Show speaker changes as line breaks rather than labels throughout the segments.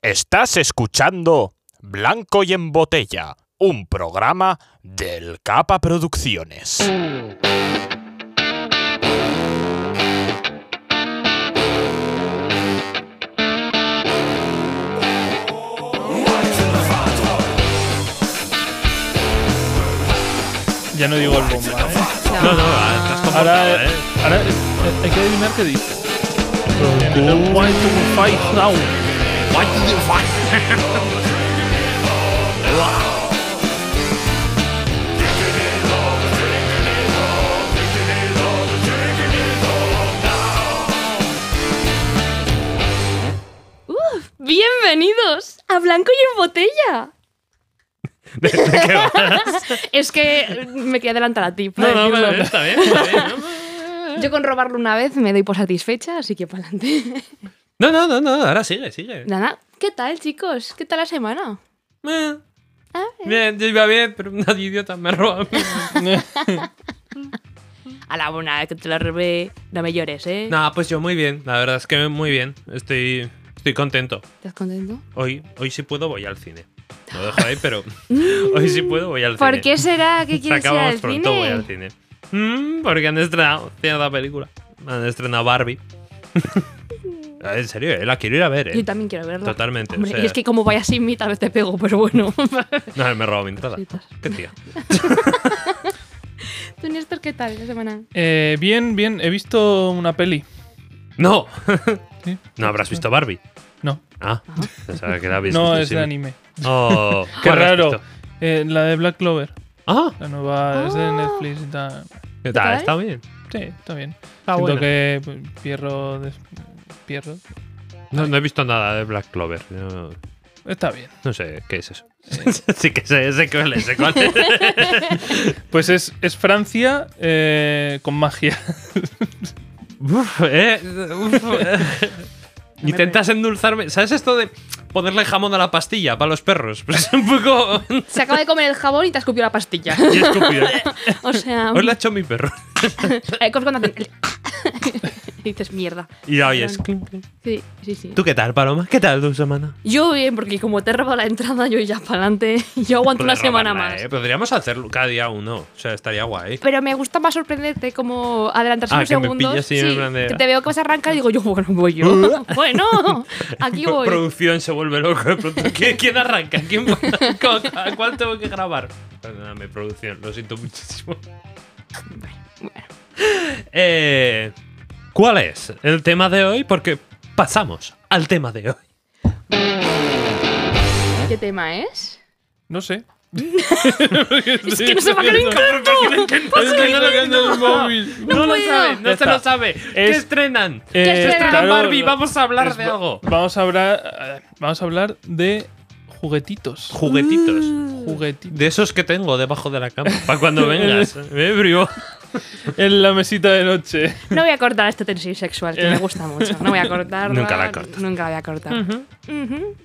Estás escuchando Blanco y en Botella, un programa del Capa Producciones.
Ya no digo el bomba, ¿eh?
No, no, ah, estás como
Ahora,
¿eh?
ahora eh, hay que adivinar qué dice. Why to fight now?
Why do you fight?
Bienvenidos a Blanco y en Botella.
¿De qué va?
Es que me quería adelantar a ti. para
No, no,
decirlo.
vale, está bien, está bien, ¿no?
Yo con robarlo una vez me doy por satisfecha, así que para adelante.
No, no, no, no, ahora sigue, sigue.
Nada, ¿qué tal, chicos? ¿Qué tal la semana?
Eh,
Ah, eh.
Bien, yo iba bien, pero nadie idiota me roba.
A la buena, que te la robé. No me llores, ¿eh?
Nada, pues yo muy bien, la verdad es que muy bien. Estoy, estoy contento.
¿Estás contento?
Hoy, hoy sí puedo, voy al cine. Lo dejo ahí, pero hoy sí puedo, voy al
¿Por
cine.
qué será que quieres ir
Acabamos
al
pronto, voy al
cine?
cine. Mm, porque han estrenado cierta película. Han estrenado Barbie. en serio, eh, la quiero ir a ver, eh.
Yo también quiero verla.
Totalmente,
Hombre,
o sea-
y es que como vayas sin mí, tal vez te pego, pero bueno.
No, me he robado mi entrada.
Cositas.
Qué tía.
¿Tú, Néstor, qué tal la semana?
Eh, bien, bien, he visto una peli.
No,
¿Sí?
no habrás visto Barbie.
No,
Ah, pensaba que la habías visto
no
en
es de
cine.
anime.
Oh,
Qué
¿cuál has
raro.
visto?
Eh, la de Black Clover,
Ah,
la nueva es de
Ah.
Netflix y tal.
¿qué tal?
tal?
Está bien.
Sí, está bien.
Está
Siento
bueno.
que pues, Pierro. des- Pierro.
No, no he visto nada de Black Clover. No,
Está bien.
no sé qué es eso. sí que sé, sé cuál es, sé cuál es.
Pues es, es Francia eh, con magia.
Uf, eh, uf, eh. Intentas endulzarme. ¿Sabes esto de ponerle jamón a la pastilla para los perros? Pues un poco.
Se acaba de comer el jabón y te has escupido la pastilla.
y escupido.
O sea,
Hoy lo ha hecho mi perro.
eh, cosas cuando hacen el- y dices mierda.
Y ya oyes.
Sí, sí, sí.
¿Tú qué tal, Paloma? ¿Qué tal tu semana?
Yo bien, porque como te he robado la entrada, yo ya para adelante. Yo aguanto una
Podrías
Pues semana
robarla,
más.
eh. Podríamos hacerlo cada día uno. O sea, estaría guay.
Pero me gusta más sorprenderte, como adelantarse
Ah,
unos
que me
segundos.
pillas y en plan de-
que te veo que vas a arrancar y digo, yo, bueno, voy yo. bueno, aquí
Pro-
voy.
Producción se vuelve loco de pronto. ¿Qui- ¿Quién arranca? ¿Quién va- co- ¿A cuál tengo que grabar? Perdóname, producción, lo siento muchísimo. Eh, ¿Cuál es el tema de hoy? Porque pasamos al tema de hoy.
¿Qué tema es?
No sé. Eh,
Es que no sé para qué lo
Es que no lo entiendo.
el móvil.
No lo
puedo.
sabe, no
Ya
se lo
está.
sabe. ¿Qué
Es-
estrenan?
Eh,
¿Qué estrenan,
Estrenan
claro,
Barbie,
lo-
vamos a hablar
es-
de algo.
Vamos a hablar, eh, vamos a hablar de juguetitos.
Juguetitos.
Juguetitos.
De esos que tengo debajo de la cama. Para cuando vengas. Eh, brío.
En la mesita de noche.
No voy a cortar esta tensión sexual, que me gusta mucho. No voy a cortarla.
Nunca la cortas.
Nunca la voy a cortar. Ujú.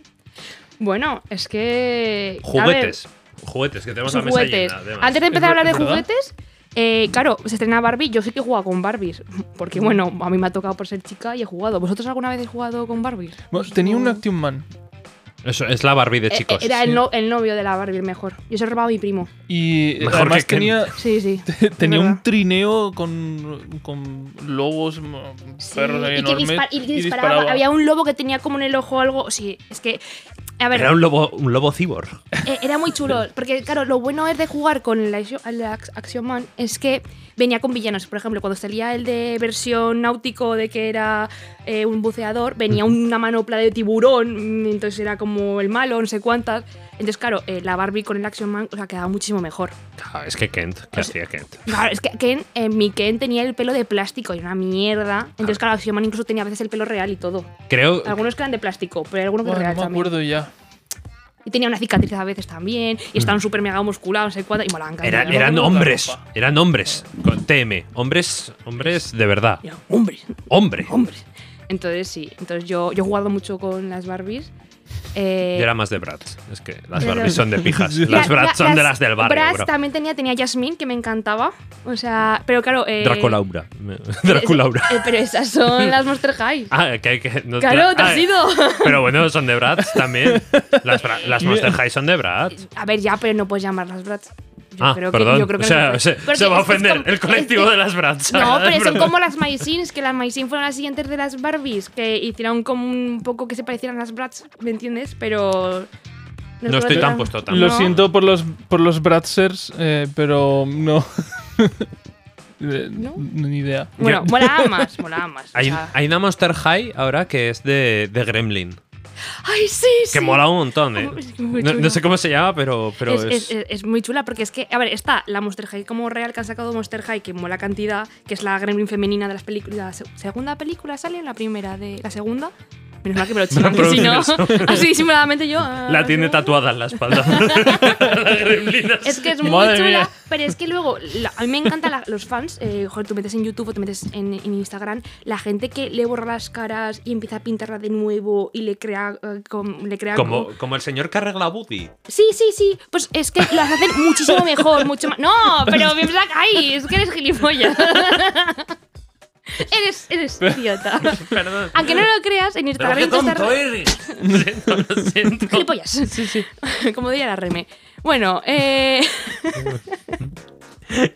Bueno, es que. a ver,
Juguetes. Juguetes, que tenemos la mesa
juguetes.
llena. además.
Antes de empezar a
¿Es
hablar de
verdad?
juguetes, eh, claro, se estrena Barbie. Yo sí que he jugado con Barbies. Porque, bueno, a mí me ha tocado por ser chica y he jugado. ¿Vosotros alguna vez he jugado con Barbies?
Bueno, tenía un Action Man
Eso es la Barbie de
Eh,
chicos.
eh, Era el, no- el novio de la Barbie, el mejor. Yo se lo he robado a mi primo.
y eh,
Mejor
además
que Ken.
tenía,
Sí, sí.
tenía
verdad.
un trineo con, con lobos, m-
Sí,
perros
y, que
enormes.
dispar- y que
y
disparaba. Había un lobo que tenía como en el ojo algo. Sí, es que. A ver,
Era un lobo, un lobo cibor.
Eh, era muy chulo, porque claro, lo bueno es de jugar con el, Axio- el Ax- Action Man es que venía con villanos. Por ejemplo, cuando salía el de versión náutico de que era eh, un buceador, venía una manopla de tiburón, mm, entonces era como el malo, no sé cuántas. Entonces, claro, eh, la Barbie con el Action Man, o sea, quedaba muchísimo mejor.
Ah, es que Kent, ¿qué hacía Kent?
Claro, es que Ken, eh, mi Ken tenía el pelo de plástico y era una mierda. Entonces, claro, Action Man incluso tenía a veces el pelo real y todo.
Creo.
Algunos que eran de plástico, pero algunos que
Buah,
real
no me
también.
acuerdo ya.
Y tenía una cicatriz a veces también. Y estaban súper mega musculados, no sé cuánto. Y molaban.
Era-
cantidad.
eran
la
hombres.
ropa.
Eran hombres. Con TM. Hombres. Hombres de verdad.
Eran hombres.
Hombre.
Hombres. Entonces sí. Entonces yo, yo he jugado mucho con las Barbies. Eh,
Yo era más de Bratz. Es que las
Pero-
Barbies son de pijas.
la-
Las Bratz
la-
son de las del barrio,
Bratz
bro.
también tenía, tenía Jasmine, que me encantaba. O sea, pero claro. Eh,
Draculaura. Draculaura.
eh, pero esas son las Monster High.
Ah, que hay que. no-
claro, te
ah,
has ido.
Pero bueno, son de Bratz también. Las, Bra- las Monster High son de Bratz.
A ver, ya, pero no puedes llamarlas Bratz. Yo
Ah,
creo que-
perdón.
yo creo que
o
no
sea,
puedes.
se,
Porque
se va a
es que es
ofender
como-
el colectivo
es que-
de las ¿eh? Bratz.
No, pero son
Bratz.
como las MySins, que las MySins fueron las siguientes de las Barbies, que hicieron como un poco que se parecieran a las Bratz, ¿me entiendes?
No
Pero.
estoy tan
recuerdo-
puesto tan.
Los-
Lo siento por los, por los Bratzers, eh, pero no. Eh,
¿No?
Ni idea.
Bueno,
Yo-
mola más, mola más. o
Hay,
sea.
hay una Monster High ahora que es de, de Gremlin.
Ay, sí, sí.
Que mola un montón, eh.
Es muy
No,
chulo.
no sé cómo se llama, pero, pero
es,
es.
es- es- es muy chula porque es que, a ver, está la Monster High como real que han sacado Monster High, que mola cantidad, que es la gremlin femenina de las películas. La se- segunda película sale, la primera de. La segunda. Menos mal que me lo chisman, que si no. Así disimuladamente yo. ah,
La tiene
no.
tatuada en la espalda. La Gremlin.
Es que es muy
Madre
chula,
mía.
pero es que luego, la- a mí me encantan la- los fans. eh, joder, tú metes en YouTube o te metes en, en Instagram, la gente que le borra las caras y empieza a pintarla de nuevo y le crea. eh, com- le crea
Como, como el señor que arregla Buddy.
Sí, sí, sí. Pues es que las hacen muchísimo mejor, mucho más. No, pero me Black, ay, es que eres gilipollas. eres, eres idiota.
Perdón.
Aunque no lo creas, en Instagram intentas-
¿eh?
eres! Lo siento, lo siento.
Gilipollas. Como diría la Reme. Bueno, eh,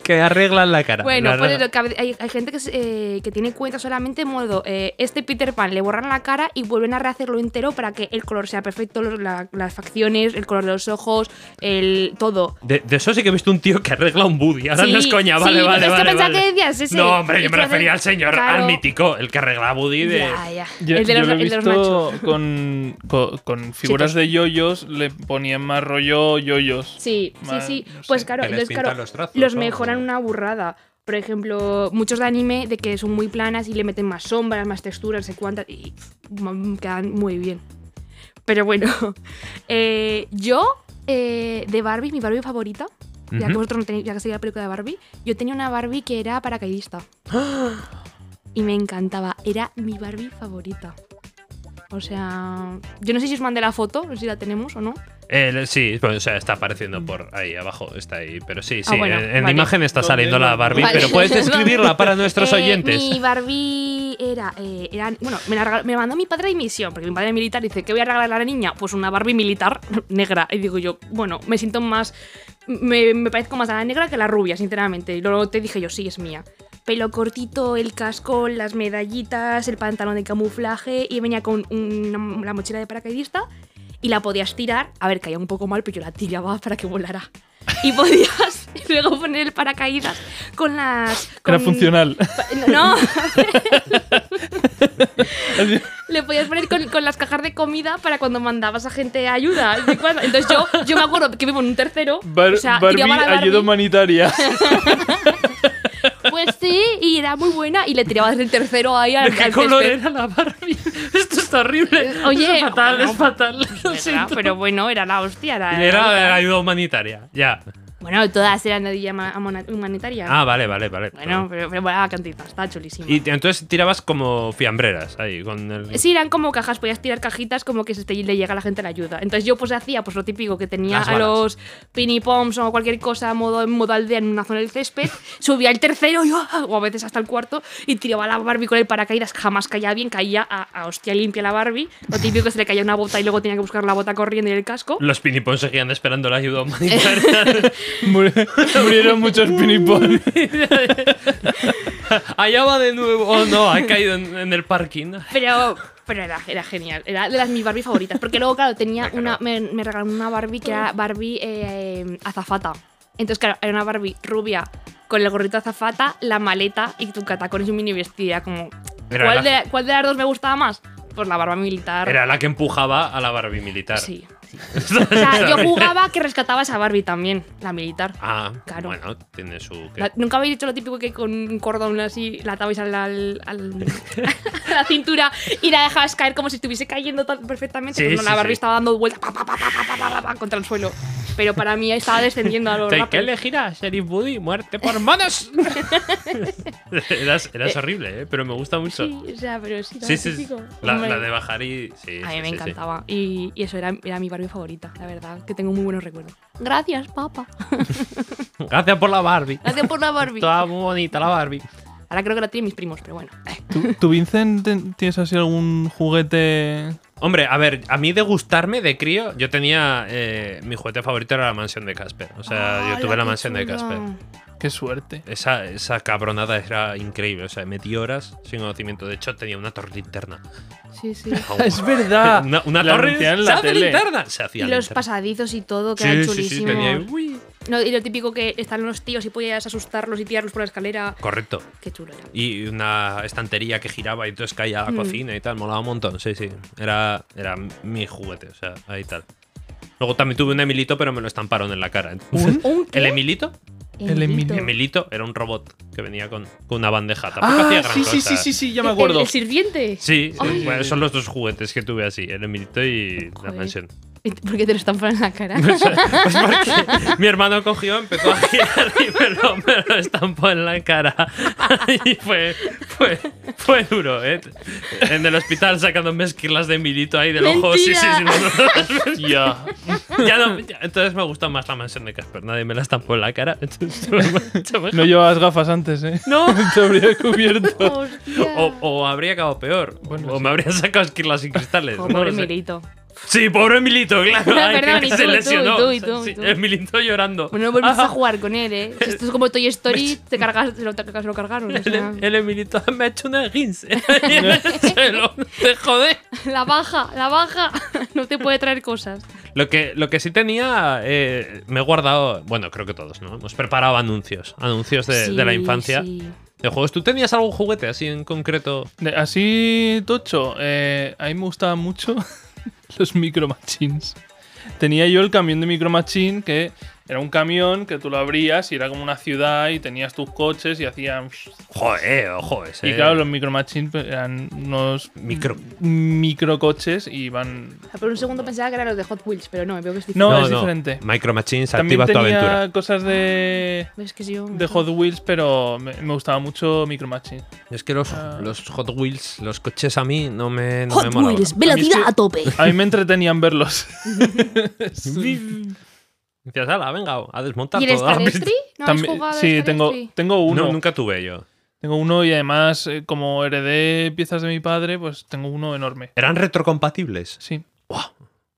Que arreglan la cara.
bueno,
La
pues
arregla-
eso, que a veces hay, hay gente que, se- eh, que tiene cuenta solamente en modo eh, este Peter Pan le borran la cara y vuelven a rehacerlo entero para que el color sea perfecto, los- la- las facciones, el color de los ojos, el todo.
de, de eso sí que he visto un tío que arregla un Buddy. Ahora
Sí,
no es coña,
sí,
vale, vale,
es que
vale.
pensaba
vale.
que decías ese.
No, hombre, yo me
Entonces,
refería al señor,
claro.
al mítico, el que arregla Buddy de.
Ya, ya.
Yo,
el de
yo
los,
lo he
el de los
visto
nachos.
con, con, con figuras
Chicos.
de yoyos, le ponían más rollo yoyos.
Sí,
Mal,
sí, sí.
no
Pues
sé.
claro,
Que les
entonces,
pintan
claro,
los trazos,
los
¿no?
mejoran una burrada. Por ejemplo, muchos de anime de que son muy planas y le meten más sombras, más texturas, no sé cuántas, y mm, quedan muy bien. Pero bueno, eh, yo eh, de Barbie, mi Barbie favorita, ya que
Ujú.
vosotros no tenéis, ya que seguía la película de Barbie, yo tenía una Barbie que era paracaidista. y me encantaba, era mi Barbie favorita. O sea, yo no sé si os mandé la foto, no sé si la tenemos o no.
El- Eh, sí, bueno, o sea, está apareciendo por ahí abajo, está ahí. Pero sí, sí,
Ah, bueno,
en, en
vale.
imagen está
¿Dónde?
saliendo la
¿Dónde?
Barbie,
Vale.
pero puedes describirla para nuestros
Eh,
oyentes.
Mi Barbie era, eh, era- bueno, me la, regaló- me la mandó mi padre de misión, porque mi padre es militar dice, ¿qué voy a regalar a la niña? Pues una Barbie militar negra. Y digo yo, bueno, me siento más, me, me parezco más a la negra que a la rubia, sinceramente. Y luego te dije yo, sí, es mía. Pelo cortito, el casco, las medallitas, el pantalón de camuflaje y venía con una- la mochila de paracaidista y la podías tirar. A ver, caía un poco mal, pero yo la tiraba para que volara. Y podías luego poner el paracaídas con las...
Era
con-
funcional.
Pa- No. Le podías poner con, con las cajas de comida para cuando mandabas a gente ayuda. Y cuando- Entonces yo, yo me acuerdo que vivo en un tercero.
Bar-
o sea,
Barbie,
tiraba la Barbie,
ayuda humanitaria.
Pues sí, y era muy buena. Y le tiraba desde el tercero ahí al,
¿De qué
al
color
césped. Eh,
era la Barbie? Esto está horrible.
Oye,
es fatal,
bueno,
es fatal. Lo
Era,
siento.
pero bueno, era la hostia. Era,
Era de ayuda humanitaria, ya.
Bueno, todas eran de guía ma- amona- humanitaria.
Ah, vale, vale, vale.
bueno, pero, pero molaba cantidad, está chulísimo.
Y te- entonces tirabas como fiambreras ahí, con el...
Sí, eran como cajas, podías tirar cajitas como que se te, le llega a la gente la ayuda. Entonces yo pues hacía pues lo típico que tenía
Las
a
balas.
los pinipoms o cualquier cosa modo, en modo aldea en una zona del césped, subía el tercero y, ¡ah! o a veces hasta el cuarto y tiraba la Barbie con el paracaídas, jamás caía bien, caía a, a hostia limpia la Barbie. Lo típico que se le caía una bota y luego tenía que buscar la bota corriendo y el casco.
Los pinipons seguían esperando la ayuda humanitaria.
Muri- Murieron muchos pinipón.
Allá va de nuevo. Oh, no, ha caído en, en el parking.
Pero, pero era, era genial. Era de las mis Barbie favoritas. Porque luego, claro, tenía
Claro.
una. Me, me regalaron una Barbie que era Barbie eh, azafata. Entonces, claro, era una Barbie rubia con el gorrito azafata, la maleta y tu catacones y un mini vestida. Como,
Era
¿cuál,
la-
de, ¿Cuál de las dos me gustaba más? Pues la Barbie militar.
Era la que empujaba a la Barbie militar.
Sí. sí. O sea, yo jugaba que rescataba a esa Barbie también, la militar.
Ah,
Claro.
bueno, tiene su...
La- Nunca habéis hecho lo típico que con un cordón así la atabais al, al- al- a la cintura y la dejabas caer como si estuviese cayendo tan perfectamente.
Sí,
cuando
sí,
la Barbie
sí.
estaba dando vueltas pa, pa, pa, pa, pa, pa, pa, pa, pa, contra el suelo. pero para mí estaba descendiendo a lo
¿Qué
rápido.
elegir a Sheriff Woody? ¡Muerte por monos! eras, eras horrible, ¿eh? pero me gusta mucho.
Sí, o sea, pero sí,
Sí, sí, sí. La,
Hombre,
la de bajar y. Sí,
A mí
sí,
me
sí, sí.
encantaba. Y, y eso era, era mi Barbie favorita, la verdad, que tengo muy buenos recuerdos. Gracias, papá.
Gracias por la Barbie.
Gracias por la Barbie.
Estaba muy bonita la Barbie.
Ahora creo que la tienen mis primos, pero bueno. eh.
¿Tú, tú, Vincent, ten- tienes así algún juguete?
Hombre, a ver, a mí de gustarme de crío, yo tenía. eh, mi juguete favorito era la mansión de Casper. O sea, yo tuve la mansión de Casper.
Qué suerte.
Esa, esa cabronada era increíble. O sea, metí horas sin conocimiento. De hecho, tenía una torre linterna.
Sí, sí.
Es verdad.
Una, una
La
torre.
anunciaban en
¡Se
la
hace
tele.
linterna! Se
Y
hacía
los
linterna.
pasadizos y todo, que
Sí,
eran
sí, sí,
chulísimos.
tenía. ahí- Uy.
No, y lo típico que están los tíos y podías asustarlos y tirarlos por la escalera.
Correcto.
Qué chulo era.
Y una estantería que giraba y entonces caía a la
Mm.
cocina y tal, molaba un montón, sí, sí. Era, era mi juguete, o sea, ahí tal. Luego también tuve un Emilito, pero me lo estamparon en la cara. entonces-
¿Un
¿El Emilito?
El Emilio.
Emilito era tampoco venía con, con una bandeja. Tampoco hacía
Ah,
gran
sí, sí,
cosa.
sí, sí, sí, ya me acuerdo.
¿El, el sirviente?
Sí,
Ay.
bueno, son los dos juguetes que tuve así, el Emilito y la
Joder.
mansión.
¿Por qué te lo estampan en la cara?
Pues porque mi hermano cogió, empezó a girar y me lo, me lo estampó en la cara. Y fue, fue, fue duro, ¿eh? En el hospital sacándome esquirlas de milito ahí del ojo. Sí, sí, sí. no, no, no.
Ya.
Ya no- ya- entonces me gusta más la mansión de Casper. Nadie me la estampó en la cara. Entonces, mucho mejor.
No llevabas gafas antes, ¿eh?
No.
Te habría cubierto.
Hostia.
O, o habría acabado peor.
Bueno,
o
sí.
me habrían sacado esquirlas sin cristales.
Oh,
no
pobre
lo sé.
Milito.
Sí, pobre Emilito, claro.
No,
ay,
perdón,
que
y
se
tú, y tú, y
lesionó.
tú, y tú,
Sí,
y tú.
Emilito llorando.
Bueno, no volviste
Ah,
a jugar con él, ¿eh? Esto es como Toy Story, te cargas, se lo, te- se lo cargaron. o
El,
sea.
el Emilito me ha hecho una guince. Se lo- te jode.
La baja, la baja. No te puede traer cosas.
Lo que, lo que sí tenía, eh, me he guardado, bueno, creo que todos, ¿no? Hemos preparado anuncios, anuncios de, de la
Sí,
infancia,
sí.
de juegos. ¿Tú tenías algún juguete así en concreto?
De- Así, Tocho, eh, a mí me gustaban mucho los micro machines. Tenía yo el camión de micro machine que era un camión que tú lo abrías y era como una ciudad y tenías tus coches y hacían.
Joder, ojo ese. eh.
Y claro, los micro machines pues, eran unos
Micro.
microcoches y iban.
Ah, Por un segundo pensaba que eran los de Hot Wheels, pero no, veo que es
No,
diferente.
es diferente.
Micro Machines,
También
activa tu aventura.
tenía cosas de.
Es que yo.
De Hot Wheels, pero me, me gustaba mucho Micro Machine.
Es que los, los Hot Wheels, los coches a mí no me, no me
Ah. Hot
molaban.
Wheels,
A
velocidad
mí es que-
a tope.
A mí me entretenían verlos.
Decías, ala, venga, a desmontar
¿Y el
todo. a la pista".
Starestry? ¿No habéis
También-
jugado al
sí, tengo,
Starestry?
tengo uno.
No, nunca tuve yo.
Tengo uno y además, eh, como heredé piezas de mi padre, pues tengo uno enorme.
¿Eran retrocompatibles?
Sí.
Buah.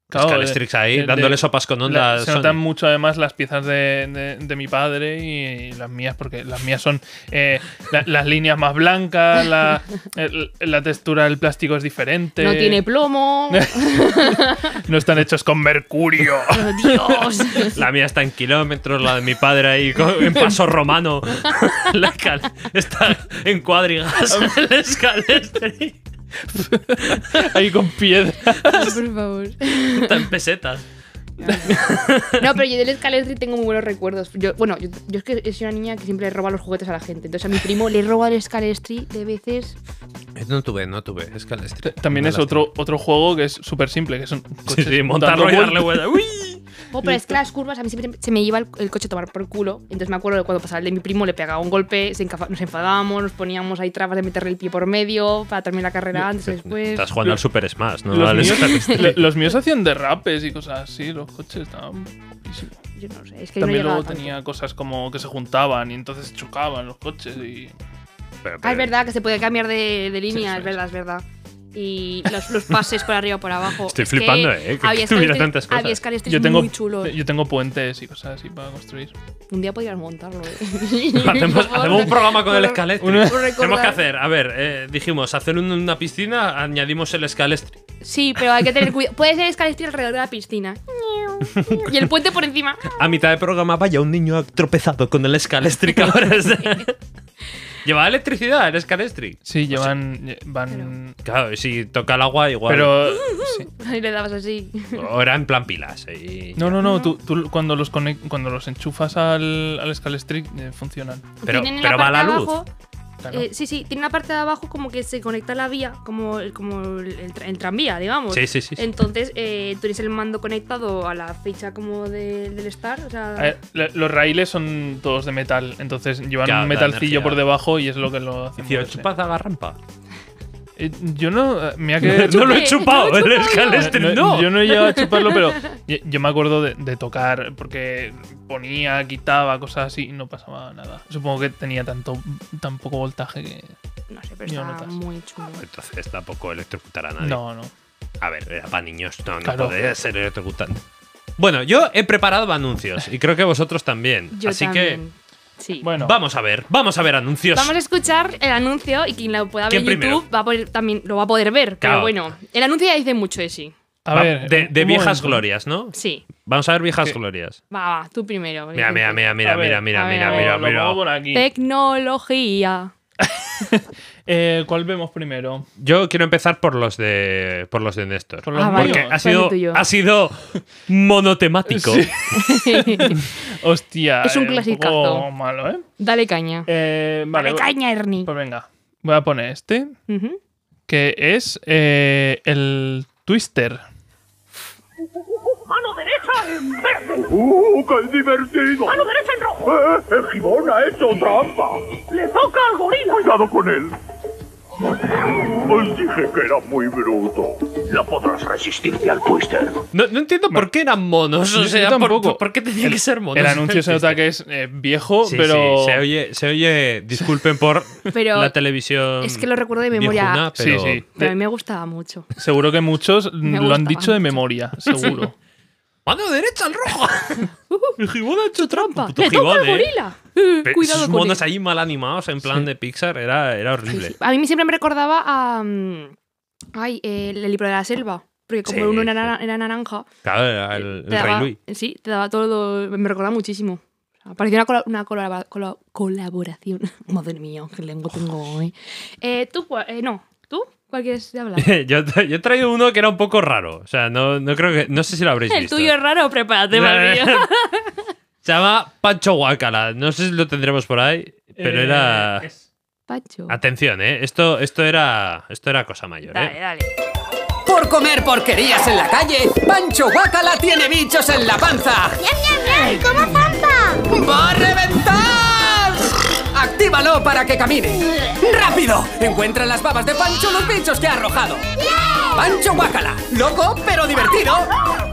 Claro,
Los
eh,
Calestrix ahí,
de- de-
dándole sopas con
La-
onda
se
Sony.
notan mucho además las piezas de, de- de mi padre y, las mías, porque las mías son eh, la- las líneas más blancas, la, el- la textura del plástico es diferente.
No tiene plomo.
No están hechos con mercurio.
Dios.
La mía está en kilómetros, la de mi padre ahí co- en paso romano. La cal- está en cuadrigas. El Scalestri
ahí con piedra.
Por favor.
está en pesetas.
No, pero yo del Scalestri tengo muy buenos recuerdos. Yo, bueno, yo, yo es que soy una niña que siempre le roba los juguetes a la gente. Entonces a mi primo le roba el Scalestri de veces.
No tuve, no tuve. este. Scalestri.
También es otro, otro juego que es súper simple, que son
Sí,
coches
sí,
dando
montarlo y darle vuelta.
vueltas.
¡Uy!
Oh, pero es que las curvas a mí siempre se me iba el, el coche a tomar por culo. Entonces me acuerdo de cuando pasaba el de mi primo, le pegaba un golpe, se encafa- nos enfadábamos, nos poníamos ahí trabas de meterle el pie por medio para terminar la carrera antes o después.
Estás jugando al Super Smash, ¿no?
Los
Al
míos,
Scalestri.
lo- los míos hacían derrapes y cosas así, los coches estaban guapísimos.
Yo no sé, es que
También
no llegaba
luego
tanto.
tenía cosas como que se juntaban y entonces chocaban los coches y...
Pero-
Ah,
pero-
es verdad que se puede cambiar de, de línea,
Sí,
es
sí.
verdad, es verdad. Y los, los pases por arriba o por abajo.
Estoy
Es que
flipando, eh, que
había
tuviera
escalestris-
tantas cosas.
Había escalestris
Yo tengo,
Este muy chulos.
yo tengo puentes y cosas así para construir.
Un día podrías montarlo. eh.
Hacemos,
Por favor.
hacemos un programa con el
Por-
Scalestri.
por
Tenemos que
recordar.
hacer, a ver, eh, dijimos, hacer un- una piscina, añadimos el Scalestri.
Sí, pero hay que tener cuidado. Puede ser escalestri alrededor de la piscina. y el puente por encima.
A mitad de programa, vaya, un niño ha tropezado con el Scalestric ahora. Lleva electricidad el Scalestric.
Sí, llevan... lle- van...
Claro, y si toca el agua, igual.
Pero... sí.
Y le dabas así.
O era en plan pilas. y-
No, no, no, tú, tú cuando, los conec- cuando los enchufas al, al Scalestric eh, funcionan.
Pero-
Tienen en
pero
la
va
parte
la luz.
abajo-
recta, ¿no?
Eh, sí, sí, tiene una parte de abajo como que se conecta a la vía, como, el- como el, el tra- el tranvía, digamos.
Sí, sí, sí. sí.
Entonces, eh, tienes el mando conectado a la fecha como de- del Star. O sea,
A
Eh,
ver, le- los raíles son todos de metal, entonces llevan
Ya, da
un metalcillo
energía.
por debazo y es lo que lo hace.
Tío,
moverse.
chupas a rampa.
Eh, Yo no. eh, Mira que.
No lo he
Eh,
chupado,
no lo he
el
chupado.
Scalestri no.
Yo no he llegado a chuparlo, pero yo, yo me acuerdo de, de tocar, porque ponía, quitaba, cosas así, y no pasaba nada. Supongo que tenía tanto, tan poco voltaje que.
no sé, pero
yo
está
notas.
muy chulo.
Entonces tampoco electrocutar a nadie.
No, no.
A ver, era para niños. No, no
Claro.
podía ser electrocutante. Bueno, yo he preparado anuncios y creo que vosotros también.
Yo
Así
también. Sí.
que
Bueno,
vamos a ver, vamos a ver anuncios.
Vamos a escuchar el anuncio y quien lo pueda ver en
¿Quién
YouTube
primero?
va a poder- también lo va a poder ver.
Claro.
Pero bueno, el anuncio ya dice mucho de sí.
a
Va-
ver.
de, de
un
viejas
momento.
glorias, ¿no?
Sí.
Vamos a ver viejas
¿Qué?
glorias.
Va, va, tú primero.
Mira, mira, mira,
A
mira, mira,
ver,
mira,
a ver,
mira,
a ver.
mira,
Lo pongo por
mira.
aquí.
Tecnología.
Eh, ¿Cuál vemos primero?
Yo quiero empezar por los de por los de Néstor.
Por los
Ah, vale.
Porque
míos.
ha sido,
Vale, tuyo.
ha sido monotemático.
Sí. Hostia.
Es un
eh,
clasicazo.
poco malo, ¿eh?
Dale caña.
Eh, vale.
Dale caña, Ernie.
Pues venga. Voy a poner este,
Ujú.
que es eh, el Twister.
Mano derecha en verde.
¡Uh, qué divertido!
Mano derecha en rojo.
¡Eh, el gibón ha hecho trampa!
Le toca al gorila.
¡Cuidado con él! Os dije que era muy bruto.
No podrás resistirte al twister.
No, no entiendo por qué eran monos. O
Yo
sea, por,
tampoco.
por qué tenía que ser monos?
El anuncio se nota que es eh, viejo,
Sí,
pero.
sí, se oye, se oye, disculpen por
Pero
la televisión.
es que lo recuerdo de memoria.
viejuna,
Sí,
pero-
sí.
Pero
eh,
a mí me gustaba mucho.
Seguro que muchos
Me
lo han
gustaba
dicho de
mucho.
memoria, seguro.
Mano derecha al rojo. El gibón ha hecho trampa.
¡Le toca al gorila! Eh, Cuidado
Esos
con él.
monos ahí mal animados en plan de Pixar era, era horrible.
A mí siempre me recordaba a. mm, Ay, el, el libro de la selva. Porque como
Sí,
uno
sí.
era, nana- era naranja.
Claro, era el, el
te
Rey
daba-
Luis.
Sí, te daba todo. Me recordaba muchísimo. O sea, Parecía una, cola- una colaba- cola- colaboración. Madre mía, qué lengua tengo hoy. Eh, tú, cua- eh, no. ¿Tú? ¿Cuál quieres hablar?
yo, tra- yo he traído uno que era un poco raro. O sea, no, no creo que. No sé si lo habréis
El
visto. Ah,
tuyo es raro, prepárate, madre mía.
Se llama Pancho Guacala. No sé si lo tendremos por ahí, pero
Eh,
era.
es-
Pacho.
Atención, ¿eh? Esto, esto, era, esto era cosa mayor,
Dale,
¿eh?
dale.
Por comer porquerías en la calle, Pancho Guacala tiene bichos en la panza. ¡Va a reventar! ¡Actívalo para que camine! ¡Rápido! Encuentra en las babas de Pancho los bichos que ha arrojado. ¡Pancho Guacala! ¡Loco, pero divertido!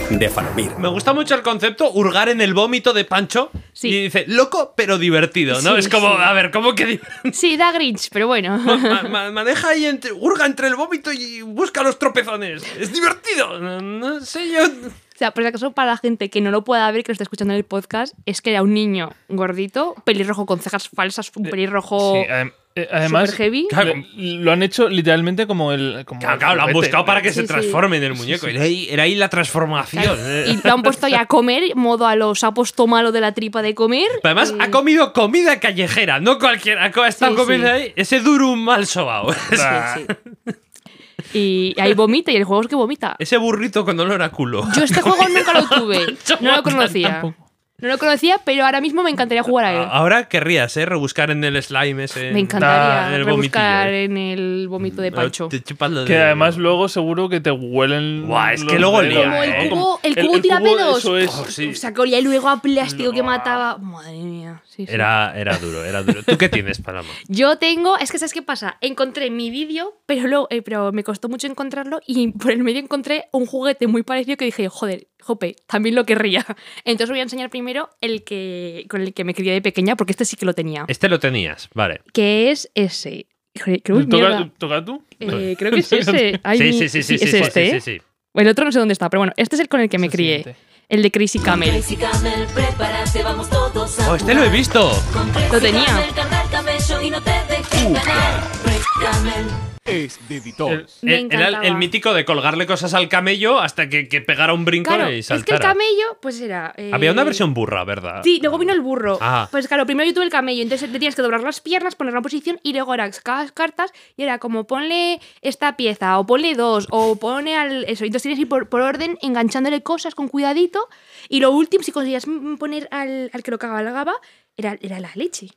De Falomir.
Me gusta mucho el concepto hurgar en el vómito de Pancho.
Sí.
Y dice, loco, pero divertido, ¿no?
Sí,
es como,
sí.
a ver, ¿cómo que.? di-
Sí, da Grinch, pero bueno.
ma- ma- maneja ahí, entre, hurga entre el vómito y busca los tropezones. Es divertido. No, no sé yo.
O sea, por si acaso, para la gente que no lo pueda ver, que lo está escuchando en el podcast, es que era un niño gordito, pelirrojo con cejas falsas,
Eh,
un pelirrojo
sí, adem- eh, además,
super heavy.
Claro,
le- lo han hecho literalmente como el. Como
Claro,
el
claro, lo han
juguete.
buscado para que
Sí,
se
sí.
transforme en el muñeco. Era, ahí, era ahí la transformación. eh.
Y lo han puesto ya a comer, modo a los sapos tomalo de la tripa de comer.
Además, ha comido comida callejera, no cualquiera. Ha co- ha estado
Sí,
comiendo
sí.
ahí ese durum mal sobao.
Ah,
Y ahí vomita, y el juego es que vomita.
ese burrito con olor a culo.
Yo este juego nunca lo tuve, no lo conocía.
tampoco.
No lo conocía, pero ahora mismo me encantaría jugar a él.
A- Ahora querrías, ¿eh? Rebuscar en el slime ese.
Me
Ah,
encantaría
el
rebuscar
vomitillo, eh.
en el vómito de Pancho.
Te chupas lo
Que
de-
además luego seguro que te huelen.
Guau, es que
los
luego
dedos,
lía,
Como el
¿eh?
cubo, el cubo tira
cubo,
pelos.
Eso es.
Oh, sí.
O sea, que olía luego a plástico que mataba. Madre mía. Sí, sí.
Era, era duro, era duro. ¿Tú qué tienes, Paloma?
Yo tengo, es que sabes qué pasa, encontré mi vídeo, pero luego, eh, pero me costó mucho encontrarlo y por el medio encontré un juguete muy parecido que dije, joder, jope, también lo querría. Entonces voy a enseñar primero el que con el que me crié de pequeña, porque este sí que lo tenía,
Este lo tenías, vale.
que es ese. Joder, Creo,
¿Toca,
mierda.
toca tú?
Eh, creo que es ese. Ay,
sí, sí, sí, sí,
es
sí, sí,
este.
sí,
¿eh?
sí, sí.
El otro no sé dónde está, pero bueno, este es el con el que me
el
crié,
siguiente.
el de Crazy Camel.
Crazy Camel, prepárate, vamos todos a
Oh, este lo he visto.
Con Crazy
Lo tenía.
Camel, carga el camello y no te dejes
Uh,
ganar. Crazy Camel.
Es de
El-
editor.
Me
Eh, Era el,
encantaba.
mítico de colgarle cosas al camello hasta que, que pegara un brinco
Claro,
y
es
saltara.
que el camello, pues era. eh,
Había una versión burra, ¿verdad?
Sí, luego vino el burro.
Ah.
Pues claro, primero yo tuve el camello, entonces te tenías que doblar las piernas, poner la posición y luego eran las cartas y era como ponle esta pieza o ponle dos o pone al eso. Entonces tienes que ir por, por orden enganchándole cosas con cuidadito y lo último, si conseguías mm, poner al, al que lo cabalgaba, era, era la leche.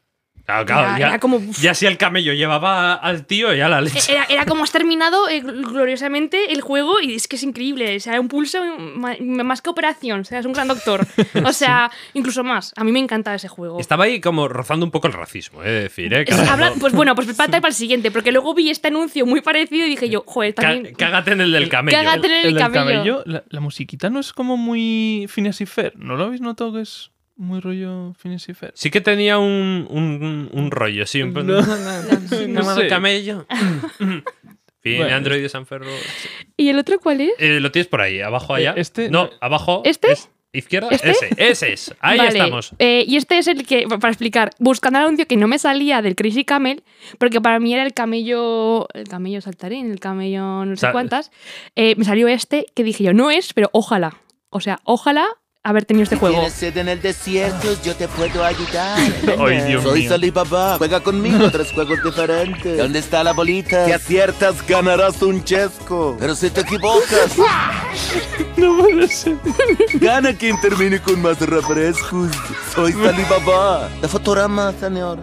Claro, Ah, claro,
Era-
ya,
era como- Eh,
ya si el camello llevaba al tío, ya la leche.
Era, era como has terminado eh, gl- gloriosamente el juego y es que es increíble. O sea, un pulso ma- más que operación. O sea, es un gran doctor. O sea, incluso más. A mí me encanta ese juego.
Estaba ahí como rozando un poco el racismo, he de decir, ¿eh?
Es-
Caramba.
eh. habla- pues bueno, pues para, para el siguiente, porque luego vi este anuncio muy parecido y dije yo, joder,
Ca-
también. Eh,
Cágate en el del camello.
Cágate en el,
del
cabello.
la, la musiquita no es como muy Phineas y Fer. ¿No lo habéis notado que es muy rollo Phineas y Fer?
Sí que tenía un, un, un rollo, sí. Un...
No,
Cámara
sé.
del camello. Bien,
Bueno.
Android de San Ferro.
¿Y el otro cuál es?
Eh, lo tienes por ahí, abajo allá.
Eh, este-
No, abajo.
¿Este?
es- izquierda.
¿Este?
Ese, ese es. Ahí
Vale,
estamos.
eh, y este es el que, pa- para explicar, buscando el anuncio que no me salía del Crazy Camel, porque para mí era el camello, el camello saltarín, el camello no sé
Sal-
cuántas, eh, me salió este que dije yo, no es, pero ojalá. O sea, ojalá haber tenido este juego.
Tienes sed en el desierto, yo te puedo ayudar.
Ay, Dios
Soy
mío.
Salibaba, juega conmigo tres juegos diferentes. ¿Dónde está la bolita? Si aciertas, ganarás un chesco. Pero si te equivocas,
No puede ser.
gana quien termine con más refrescos. Soy Salibaba. De Fotorama, señor.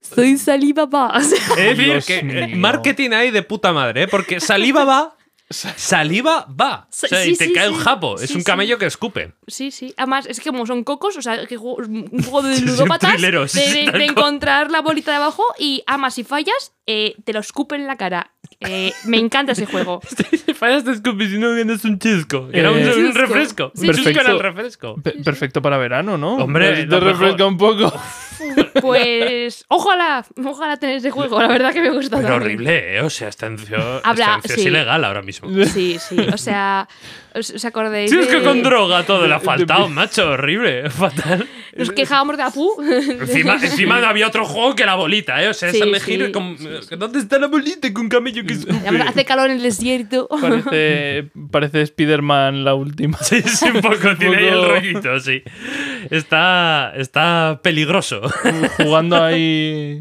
Soy Salibaba. O sea,
Es decir,
Dios
que eh,
mío.
marketing ahí de puta madre, ¿eh? porque saliva va. Saliva va.
Sí,
O sea, y
sí,
te
sí,
cae
sí.
un japo. es
Sí,
un
sí.
camello que escupe.
sí, sí. Además, es que como son cocos, o sea, que juego- un juego de
Son
ludópatas, de,
trileros,
de-
tal
de
cual.
encontrar la bolita de abajo y, además, si fallas, eh, te lo escupen en la cara. Eh, me encanta ese juego.
Si fallas te escupes y no ganas un chisco. Era un,
Eh,
un
Chisco.
refresco.
Sí,
un chisco
perfecto.
era el refresco.
Pe- perfecto para verano, ¿no?
Hombre,
Te- te
lo mejor.
refresca un poco.
Pues ojalá, ojalá tener ese juego, la verdad que me gusta.
Pero
también.
horrible, ¿eh? O sea, está en
Habla- sí.
es ilegal ahora mismo.
Sí, sí, o sea, os, os acordáis
Sí, es que
de-
con droga todo le ha faltado, macho, horrible, fatal.
Nos quejábamos de Apu.
Encima, encima no había otro juego que la bolita, ¿eh? O sea, es
Sí,
elegir.
sí, Mm.
como- ¿Dónde está la bolita con camello que escupe?
Además, Hace calor en el desierto.
Parece, parece Spider-Man la última.
Sí, sí, un poco tiene ahí el
poco-
rollito, sí. Está, está peligroso.
Jugando ahí.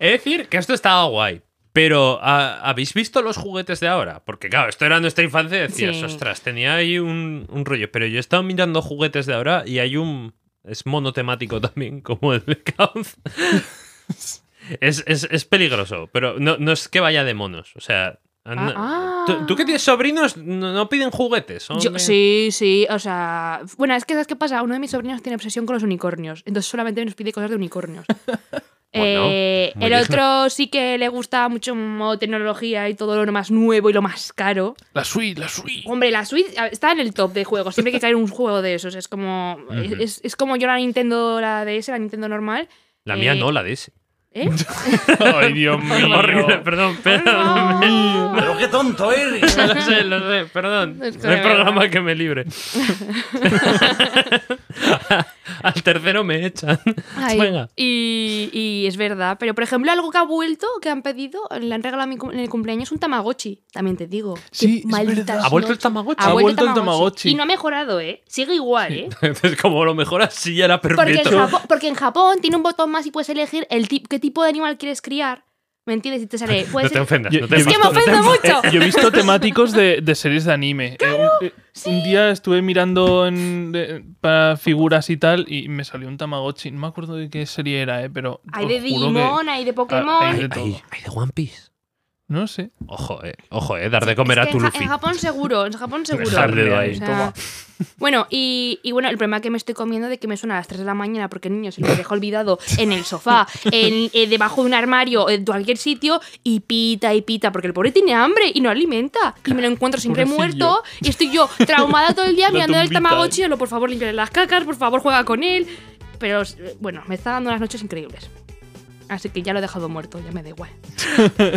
He de decir que esto estaba guay. Pero, ¿ha- ¿habéis visto los juguetes de ahora? Porque, claro, esto era nuestra infancia y decías,
Sí.
ostras, tenía ahí un, un rollo. Pero yo he estado mirando juguetes de ahora y hay un. Es monotemático también, como el de Kauz. es, es, es peligroso, pero no, no es que vaya de monos. O sea. no-
ah.
¿Tú, tú que tienes sobrinos no, no piden juguetes? son
Yo-
de-
sí, sí, o sea. Bueno, es que ¿sabes qué pasa? Uno de mis sobrinos tiene obsesión con los unicornios, entonces solamente nos pide cosas de unicornios. Eh,
muy
el
digno.
otro sí que le gusta mucho modo tecnología y todo lo más nuevo y lo más caro.
La suite, la suite.
Hombre, la Switch a- está en el top de juegos. Siempre que caer un juego de esos. Es como. es, es como yo la Nintendo, la DS, la Nintendo normal.
La mía
eh,
no, la de ese.
¿eh?
Ay, Dios
Horrible,
mío.
perdón, perdón.
¡Ah!
Pero qué tonto eres.
lo sé, lo sé, perdón. No
Es que
hay
de
programa
verdad.
que me libre. Al tercero me echan.
Ay,
Pues Venga.
y, y es verdad. Pero, por ejemplo, algo que ha vuelto, que han pedido, le han regalado a mi cum- en el cumpleaños un Tamagotchi. También te digo. Qué
Sí, es
malditas
verdad.
¿Ha vuelto el
noches.
Tamagotchi?
Ha vuelto el Tamagotchi.
Y no ha mejorado, ¿eh? Sigue igual, ¿eh?
Entonces, como lo mejoras, sí, ya era
Porque en,
perfecto.
Japón, porque en Japón tiene un botón más y puedes elegir el tip- qué tipo de animal quieres criar. ¿Me entiendes? Y te sale.
No
puedes
te ofendas.
Yo-
no te
yo-
Es que me
ofendas.
ofendo mucho.
Yo he visto temáticos de, de series de anime. Eh, un, eh, un día estuve mirando en- de- para figuras y tal y me salió un Tamagotchi. No me acuerdo de qué serie era, eh, pero.
Hay
os
de
juro que-
Digimon, hay
Ah,
de Pokémon.
hay de-
Ay, ay, de One Piece.
No sé.
Ojo, eh. Ojo, eh. Dar de comer
Es
a
que
tu
en, Ja-
Luffy.
en Japón seguro, en Japón seguro.
Dejar dedo ahí,
O sea, bueno, y, y bueno, el problema que me estoy comiendo de que me suena a las 3 de la mañana porque niño se lo dejo olvidado en el sofá, en, eh, debajo de un armario, en cualquier sitio, y pita y pita, porque el pobre tiene hambre y no alimenta. Y me lo encuentro siempre
Pobrecillo.
muerto y estoy yo traumada todo el día
La
mirando el
tumbita.
Tamagotchi, y lo por favor limpia las cacas, por favor juega con él. Pero eh, bueno, me está dando unas noches increíbles. Así que ya lo he dejado muerto, ya me da igual.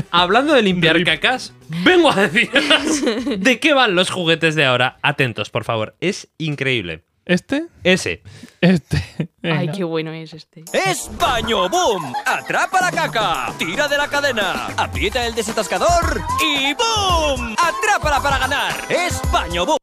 Hablando de limpiar cacas, vengo a deciros de qué van los juguetes de ahora. Atentos, por favor. Es increíble.
¿Este?
Ese.
Este.
Ay,
Venga.
qué bueno es este.
¡Es baño boom! Atrapa la caca, tira de la cadena, aprieta el desatascador y boom! Atrápala para ganar. ¡Es baño boom!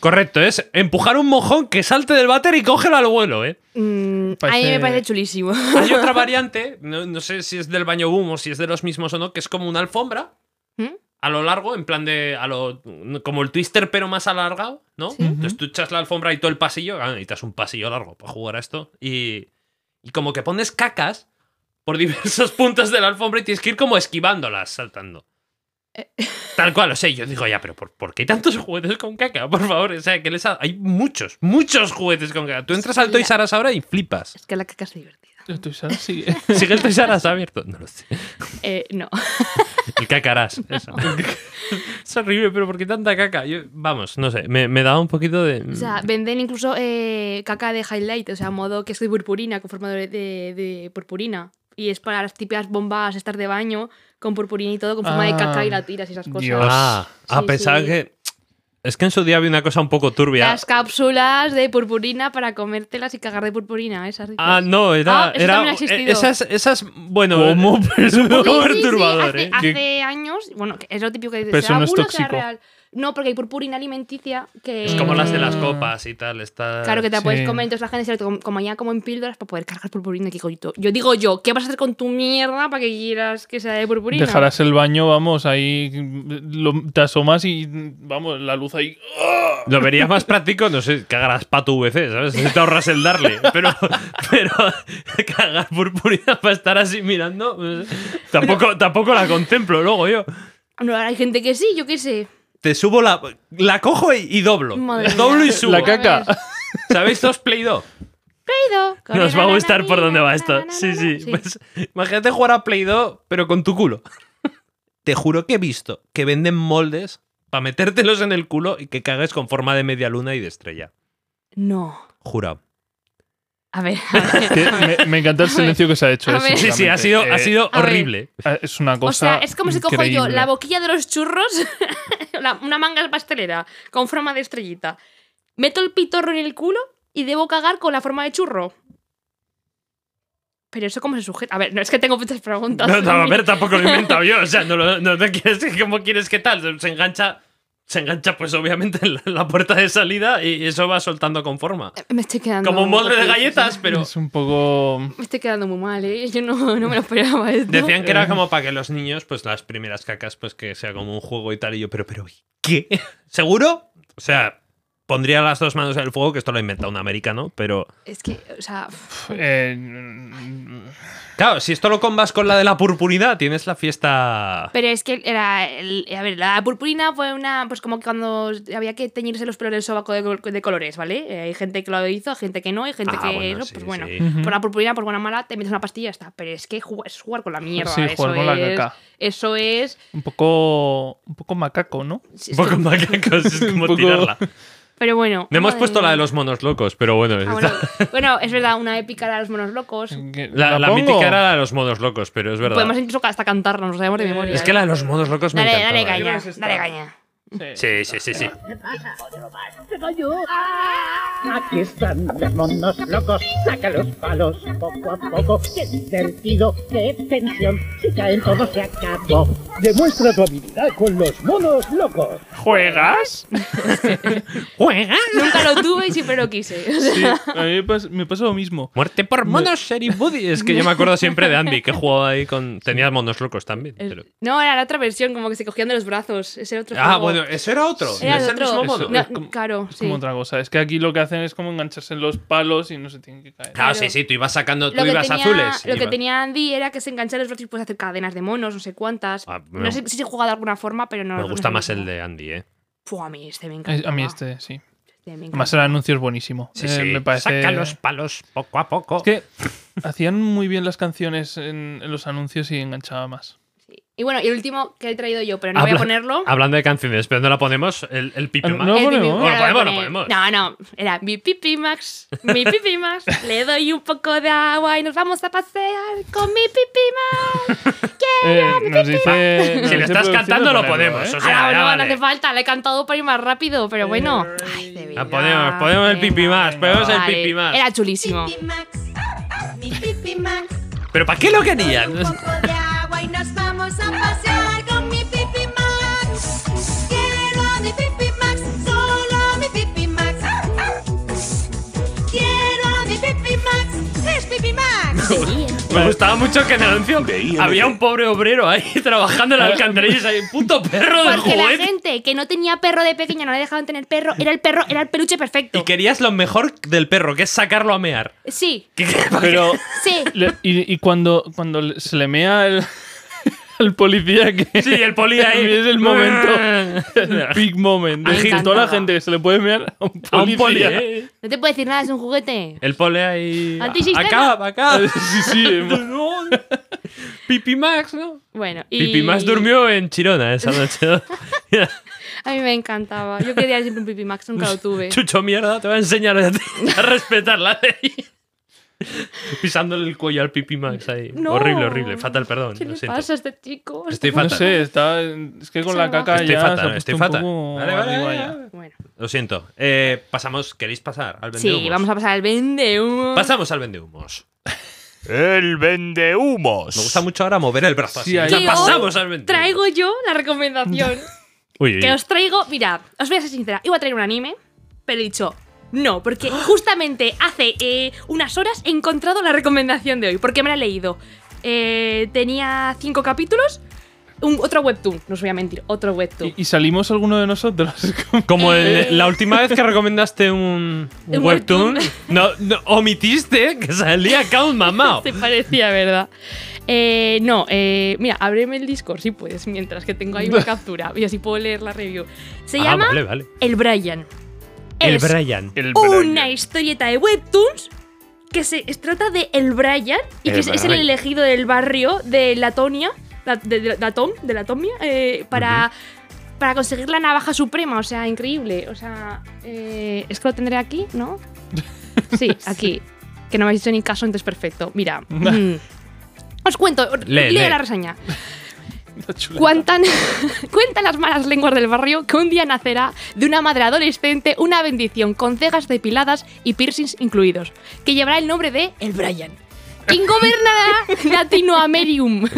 Correcto, es empujar un mojón que salte del váter y cógelo al vuelo, ¿eh?
Mm, A mí
Parece-
me parece chulísimo.
Hay otra variante, no, no sé si es del baño boom o si es de los mismos o no, que es como una alfombra
¿Mm?
a lo largo, en plan de. A lo, como el twister, pero más alargado, ¿no?
Sí.
Entonces tú echas la alfombra y todo el pasillo. Ah, necesitas un pasillo largo para jugar a esto. Y, y como que pones cacas por diversos puntos de la alfombra y tienes que ir como esquivándolas, saltando.
Eh.
Tal cual, o sea, yo digo, ya, pero ¿por, por qué hay tantos juguetes con caca? Por favor, o sea, que les ha- hay muchos, muchos juguetes con caca. Tú entras al Toys R Us ahora y flipas.
Es que la caca es divertida.
El Toys R Us sigue.
¿Sigue el Toys R Us abierto? No lo sé.
Eh, no.
El cacarás. eso. es horrible, pero ¿por qué tanta caca? Yo- vamos, no sé, me, me daba un poquito de... mm,
O sea, venden incluso eh, caca de highlight, o sea, modo que es de purpurina, con forma de, de- de purpurina. Y es para las típicas bombas estar de baño con purpurina y todo, con forma de
Ah,
caca y la tiras y esas cosas.
Dios.
ah, ah,
Sí,
pensaba
sí.
que... Es que en su día había una cosa un poco turbia.
Las cápsulas de purpurina para comértelas y cagar de purpurina, ¿eh? esas ricas.
Ah, no, era...
Ah, eso
era
también ha existido.
esas, esas, bueno...
¿Cómo?
Es un
Sí,
poco
sí, sí,
perturbador,
hace-
¿eh?
hace, años, bueno, que es lo típico que dices,
Pero eso
¿será
no es
bulo o será
tóxico.
real? No, porque hay purpurina alimenticia que...
Es como las de las
Mm.
copas y tal. Está...
eh, Claro que te la
Sí.
puedes comer, entonces la gente se lo com- comía como en píldoras para poder cargar purpurina. que digo yo- Yo digo yo, ¿qué vas a hacer con tu mierda para que quieras que sea de purpurina?
Dejarás el baño, vamos, ahí lo- te asomas y vamos, la luz ahí.
Lo verías más práctico, no sé, cagarás para tu VC, ¿sabes? Si te ahorras el darle. Pero, pero cagar purpurina para estar así mirando, no sé. tampoco, tampoco la contemplo luego yo.
No, hay gente que sí, yo qué sé.
Te subo la. La cojo y, y doblo.
Madre
doblo y
mía.
subo.
La caca.
¿Sabéis dos Play Doh?
Ido,
Nos va a gustar por dónde va esto.
na,
Sí,
na,
sí.
na,
Pues, imagínate jugar a Play Doh, pero con tu culo. Te juro que he visto que venden moldes para metértelos en el culo y que cagues con forma de media luna y de estrella.
No.
Jurado.
A ver, a ver.
Que me, me encanta el silencio que se ha hecho.
A
eh,
ver.
Sí, sí, ha
sinceramente.
sido, ha
Eh,
sido
a ver.
horrible.
Ah, Es una cosa.
O sea, es como si cojo yo
increíble.
la boquilla de los churros, la- una manga pastelera con forma de estrellita, meto el pitorro en el culo y debo cagar con la forma de churro. Pero eso cómo se sujeta. A ver, no es que tengo muchas preguntas.
No, no, a ver, tampoco lo invento yo. O sea, no, lo- no te quieres, ¿cómo quieres que tal? Se- Se engancha, se engancha pues obviamente en la, la puerta de salida y eso va soltando con forma.
Me estoy quedando.
Como un molde de
poquito-
galletas, pero
Es un poco.
Me estoy quedando muy mal, ¿eh? Yo no, no me lo esperaba esto.
decían que era como para que los niños, pues las primeras cacas, pues que sea como un juego y tal. Y yo, pero, pero, ¿qué? ¿Seguro? O sea, pondría las dos manos en el fuego, que esto lo ha inventado un americano, pero...
Es que, o sea.
eh, mm,
Claro, si esto lo combas con la de la purpuridad, tienes la fiesta...
Pero es que era. el- a ver, la purpurina fue una. Pues como que cuando había que teñirse los pelos del sobaco de, col- de colores, ¿vale? Eh, Hay gente que lo hizo, hay gente que no, hay gente
Ah,
que.
bueno,
eso,
sí,
pues bueno.
sí.
Ujú.
Por la purpurina, por buena mala, te metes una pastilla y ya está. Pero es que ju- es jugar con la mierda.
Sí,
eso
jugar con la
es-
caca.
Eso es.
Un poco. Un poco macaco, ¿no?
Un
sí, es
poco
que-
macacos, es como
Un poco-
tirarla.
pero bueno.
No hemos
madre
puesto la de
mía.
los monos locos, pero bueno.
Ah,
está-
bueno, bueno, es verdad, una épica era de los monos locos.
La, la
pongo?
mítica era la de los monos locos, pero es verdad.
Podemos incluso hasta cantarla, nos sabemos de memoria.
Es que la de los monos locos me
Dale,
encantaba.
dale
¿eh?
caña,
es esta.
dale caña.
Sí, sí, sí, sí.
Aquí están los monos locos, saca los palos poco a poco. Qué divertido, qué tensión, si caen todos se acabó. Demuestra tu habilidad con los monos locos.
¿Juegas?
¿Juega?
Nunca lo tuve y siempre lo quise. O sea,
Sí, a mí me pas- me pasa lo mismo.
Muerte por monos, Sheriff Buddy. Es que yo me acuerdo siempre de Andy, que jugaba ahí con. Tenía monos locos también.
el-
pero-
No, era la otra versión, como que se cogían de los brazos. Ese otro
Ah,
juego.
bueno, eso era otro.
Era
es
el
el mismo
otro.
mono.
No,
Es como-
claro,
Es
sí.
como otra cosa. Es que aquí lo que hacen es como engancharse en los palos y no se tienen que caer.
Claro,
claro.
Ah, sí, sí, tú ibas sacando, tú
Lo, que
ibas
tenía,
azules.
lo que
ibas-
tenía Andy era que se enganchara los brazos y puedes hacer cadenas de monos, no sé cuántas.
Ah, me-
no sé si se juega de alguna forma, pero no.
Me
no
gusta
sé
más
cómo.
el de Andy, ¿eh?
Fua, a mí este me encanta.
Eh, A mí este, sí.
me encanta.
Además, el anuncio es buenísimo.
Sí,
Eh,
sí.
Me parece.
Saca los palos poco a poco.
Es que hacían muy bien las canciones en, en los anuncios y enganchaba más.
Sí. Y bueno, y el último que he traído yo, pero no voy
Habla-
a ponerlo.
Hablando de canciones, pero no la ponemos. El, el pipi
Ah, no,
ma-
no
El
lo
pipi-
ponemos.
Ah, Bueno,
no
podemos, lo
lo poner.
podemos.
No, no, era mi pipi Max, mi pipi Max, le doy un poco de agua y nos vamos a pasear con mi pipi Max.
Eh, nos dice, nos
Si lo
dice
estás
producción
cantando,
de
lo
ponerlo,
podemos.
¿eh?
O sea,
Ah, no,
ya
no,
vale.
hace falta, le he cantado para ir más rápido, pero bueno. Eh, Ay, de
Ah,
verdad,
podemos, podemos el pipi
venga.
más, podemos el
Vale,
pipi más.
Era chulísimo.
Pipi Max, mi Pipi Max,
¿Pero para qué lo querían?
con un poco de agua y nos vamos a pasear con mi Pipi Max. Quiero a mi Pipi Max, solo a mi Pipi Max. Quiero a mi Pipi Max, es Pipi Max.
Me gustaba mucho que en el anuncio había un pobre obrero ahí trabajando en la alcantarilla y ahí, puto perro de
Porque la
juguete.
gente que no tenía perro de pequeña, no le dejaban tener perro, era el perro, era el peluche perfecto.
Y querías lo mejor del perro, que es sacarlo a mear.
Sí,
Que-
Pero
sí.
le- y, y cuando, cuando le- se le mea el, el policía que...
Sí, el poli ahí.
Es el momento. el big moment.
Me
De toda la
encantaba.
gente que se le puede mear a un
A un poli,
policía.
¿eh?
No te puedo decir nada, es un juguete.
El pole ahí.
Antisistema.
Acá, acá.
Sí, sí, eh, es-
No. Pipi Max, ¿no?
Bueno, y.
Pipi Max durmió en Chirona esa noche. ¿no?
A mí me encantaba. Yo quería siempre un Pipi Max, nunca lo tuve.
Chucho mierda, te va a enseñar a, a respetar la ley. Pisándole el cuello al Pipi Max ahí.
No.
Horrible, horrible. Fatal, perdón.
¿Qué
lo
le
siento.
pasa a este chico?
Estoy
No
fatal.
sé, está, es que con la
Salvaje.
caca
Estoy
ya se ha
fatal,
puesto
estoy
un
fatal.
poco
Vale, vale,
arriba
vale,
ya.
vale.
Bueno.
Lo siento. Eh, pasamos. ¿Queréis pasar al vendehumos?
Sí, vamos a pasar al vendehumos.
Pasamos al vendehumos.
El vendehumos.
Me gusta mucho ahora mover el brazo así.
Sí, ahí.
Ya
Que
pasamos
hoy
al vendehumos.
Traigo yo la recomendación.
Uy, uy,
que os traigo, mira, os voy a ser sincera, iba a traer un anime, pero he dicho no, porque justamente hace eh, unas horas he encontrado la recomendación de hoy, porque me la he leído. Eh, tenía cinco capítulos, un- otro webtoon, no os voy a mentir, otro webtoon.
Y, y salimos alguno de nosotros. con-
Como en
Eh.
la última vez que recomendaste un, un
Un
webtoon,
webtoon.
no, no, omitiste que salía Count Mamao.
Se parecía, ¿verdad? Eh, no, eh, mira, ábreme el Discord si puedes, mientras que tengo ahí una captura y así puedo leer la review. Se
Ah,
llama
vale, vale.
El Brian.
El
Es
Brian.
El
una historieta de webtoons que se es- trata de el Brian y
El
que es, es el
Brian.
elegido del barrio de Latonia, la- de, de- la Tom, de Latomia, eh, para, para conseguir la navaja suprema. O sea, increíble. O sea, eh, es que lo tendré aquí, ¿no? Sí, aquí. Que no me habéis hecho ni caso, entonces perfecto. Mira. mm. Os cuento,
Lee,
leo
lee.
la reseña. Cuentan, cuentan las malas lenguas del barrio que un día nacerá de una madre adolescente una bendición con cejas depiladas y piercings incluidos, que llevará el nombre de El Brian. Quien gobernará Latinoamerium.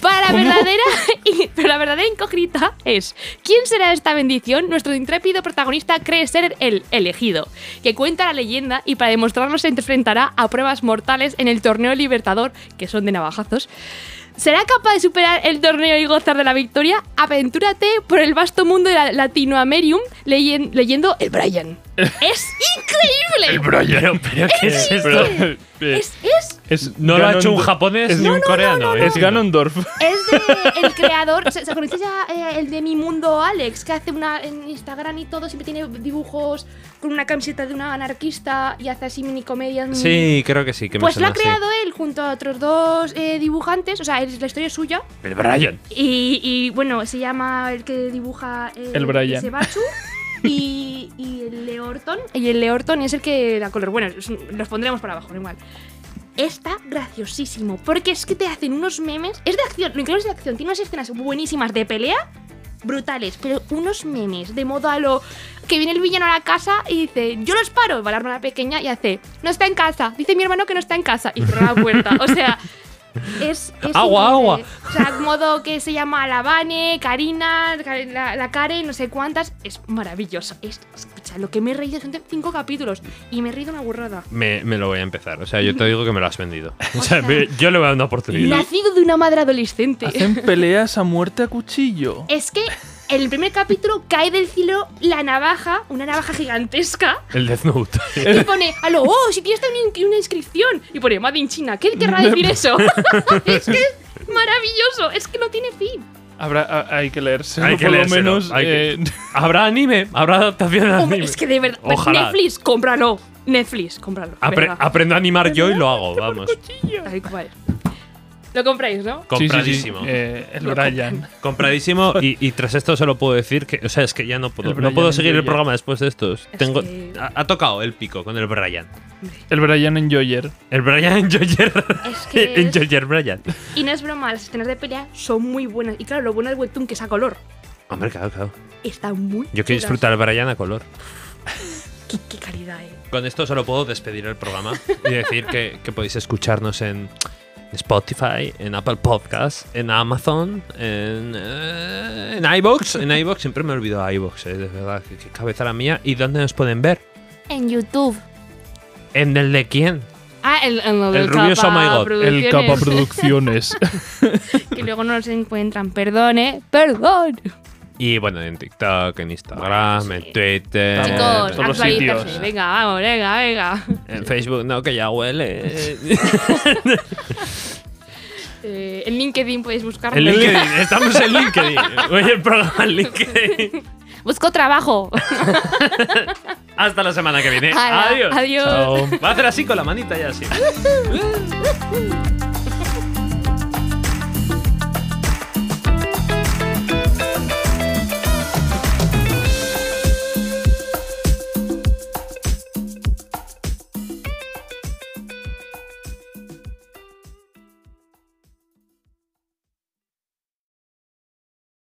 Para verdadera, y- pero la verdadera incógnita es: ¿quién será esta bendición? Nuestro intrépido protagonista cree ser el elegido, que cuenta la leyenda y para demostrarlo se enfrentará a pruebas mortales en el torneo Libertador, que son de navajazos. ¿Será capaz de superar el torneo y gozar de la victoria? Aventúrate por el vasto mundo de la Latinoamerium leyen- leyendo el Brian. ¡Es increíble!
Pero, pero ¿qué es esto?
Pero-
Es, es,
es
No lo ha hecho un
Ganondorf-
japonés
es-
ni un
no, no,
coreano.
no, no,
¿eh?
Es Ganondorf.
es de el creador. ¿Se, se conocéis a, eh, el de Mi Mundo Alex? Que hace una en Instagram y todo, siempre tiene dibujos con una camiseta de una anarquista y hace así mini comedias. mini-
Sí, creo que sí. Que me
Pues lo
suena
ha
así.
creado él junto a otros dos eh, dibujantes, o sea, es- la historia es suya.
El Brian.
Y, y, bueno, se llama el que dibuja eh,
El Brian.
Sebachu y, y el Leorton. Y el Leorton es el que da color. Bueno, es- los pondremos para abajo, da igual. Está graciosísimo, porque es que te hacen unos memes. Es de acción, lo increíble es de acción. Tiene unas escenas buenísimas de pelea, brutales, pero unos memes de modo a lo que viene el villano a la casa y dice, yo los paro, y va la hermana pequeña y hace, no está en casa. Dice mi hermano que no está en casa y cierra la puerta. O sea, es, es
Agua, agua.
O sea, modo que se llama Lavane, Karina, Ka- la, la Karen, no sé cuántas. Es maravilloso. Es, escucha, lo que me he reído son de cinco capítulos y me he reído una burrada.
Me, me lo voy a empezar. O sea, yo te digo que me lo has vendido. O sea,
sea,
me- yo le voy a dar una oportunidad.
Nacido de una madre adolescente.
Hacen peleas a muerte a cuchillo.
Es que en el primer capítulo cae del cielo la navaja, una navaja gigantesca.
El Death Note.
Y pone, aló, oh, si tienes también un- una inscripción. Y pone, Made in China. ¿Qué querrá decir eso? es que es maravilloso. Es que no tiene fin.
Habrá, ha- hay que leerse.
Hay que
por
leérselo,
lo menos.
hay que-
eh,
Habrá anime, habrá adaptación de
Hombre,
anime.
es que de verdad. pues,
Ojalá.
Netflix, cómpralo. Netflix, cómpralo.
Apre-
Venga.
aprendo a animar yo y lo hago, vamos.
Tal cual. Lo compráis, ¿no?
sí, sí, sí,
Compradísimo.
eh, el Brian.
Compradísimo. Y, y tras esto solo puedo decir que, o sea, es que ya no puedo,
El
no puedo
Brian
seguir el
Enjoyer.
programa después de estos.
Es
Tengo,
que-
ha, ha tocado el pico con el Brian.
El Brian Enjoyer.
El Brian Enjoyer.
Es que es-
Enjoyer Brian.
Y no es broma, las escenas de pelea son muy buenas. Y claro, lo bueno del webtoon que es a color.
Hombre, claro, claro.
Está muy.
Yo quiero
chulas.
disfrutar el Brian a color.
Qué, qué calidad, eh.
Con esto solo puedo despedir el programa y decir que, que podéis escucharnos en Spotify, en Apple Podcasts, en Amazon, en, eh, en iBox. En iBox siempre me olvido iBox, eh, de verdad, qué, qué cabeza la mía. ¿Y dónde nos pueden ver?
En YouTube.
¿En el de quién?
Ah, el, el, lo del
El rubio es Oh My
Capa
God,
El Capa
Producciones,
Producciones.
Que luego no los encuentran. Perdón, eh. Perdón.
Y bueno, en TikTok, en Instagram, en Twitter.
Todos
Chicos,
los
actualícense.
sitios.
Venga, vamos, venga, venga.
En Facebook, no, que ya huele.
Eh, en LinkedIn podéis buscarme.
En LinkedIn, estamos en LinkedIn. Oye, el programa en LinkedIn.
Busco trabajo.
Hasta la semana que viene.
Hala,
Adiós.
adiós.
Va a hacer así con la manita y así.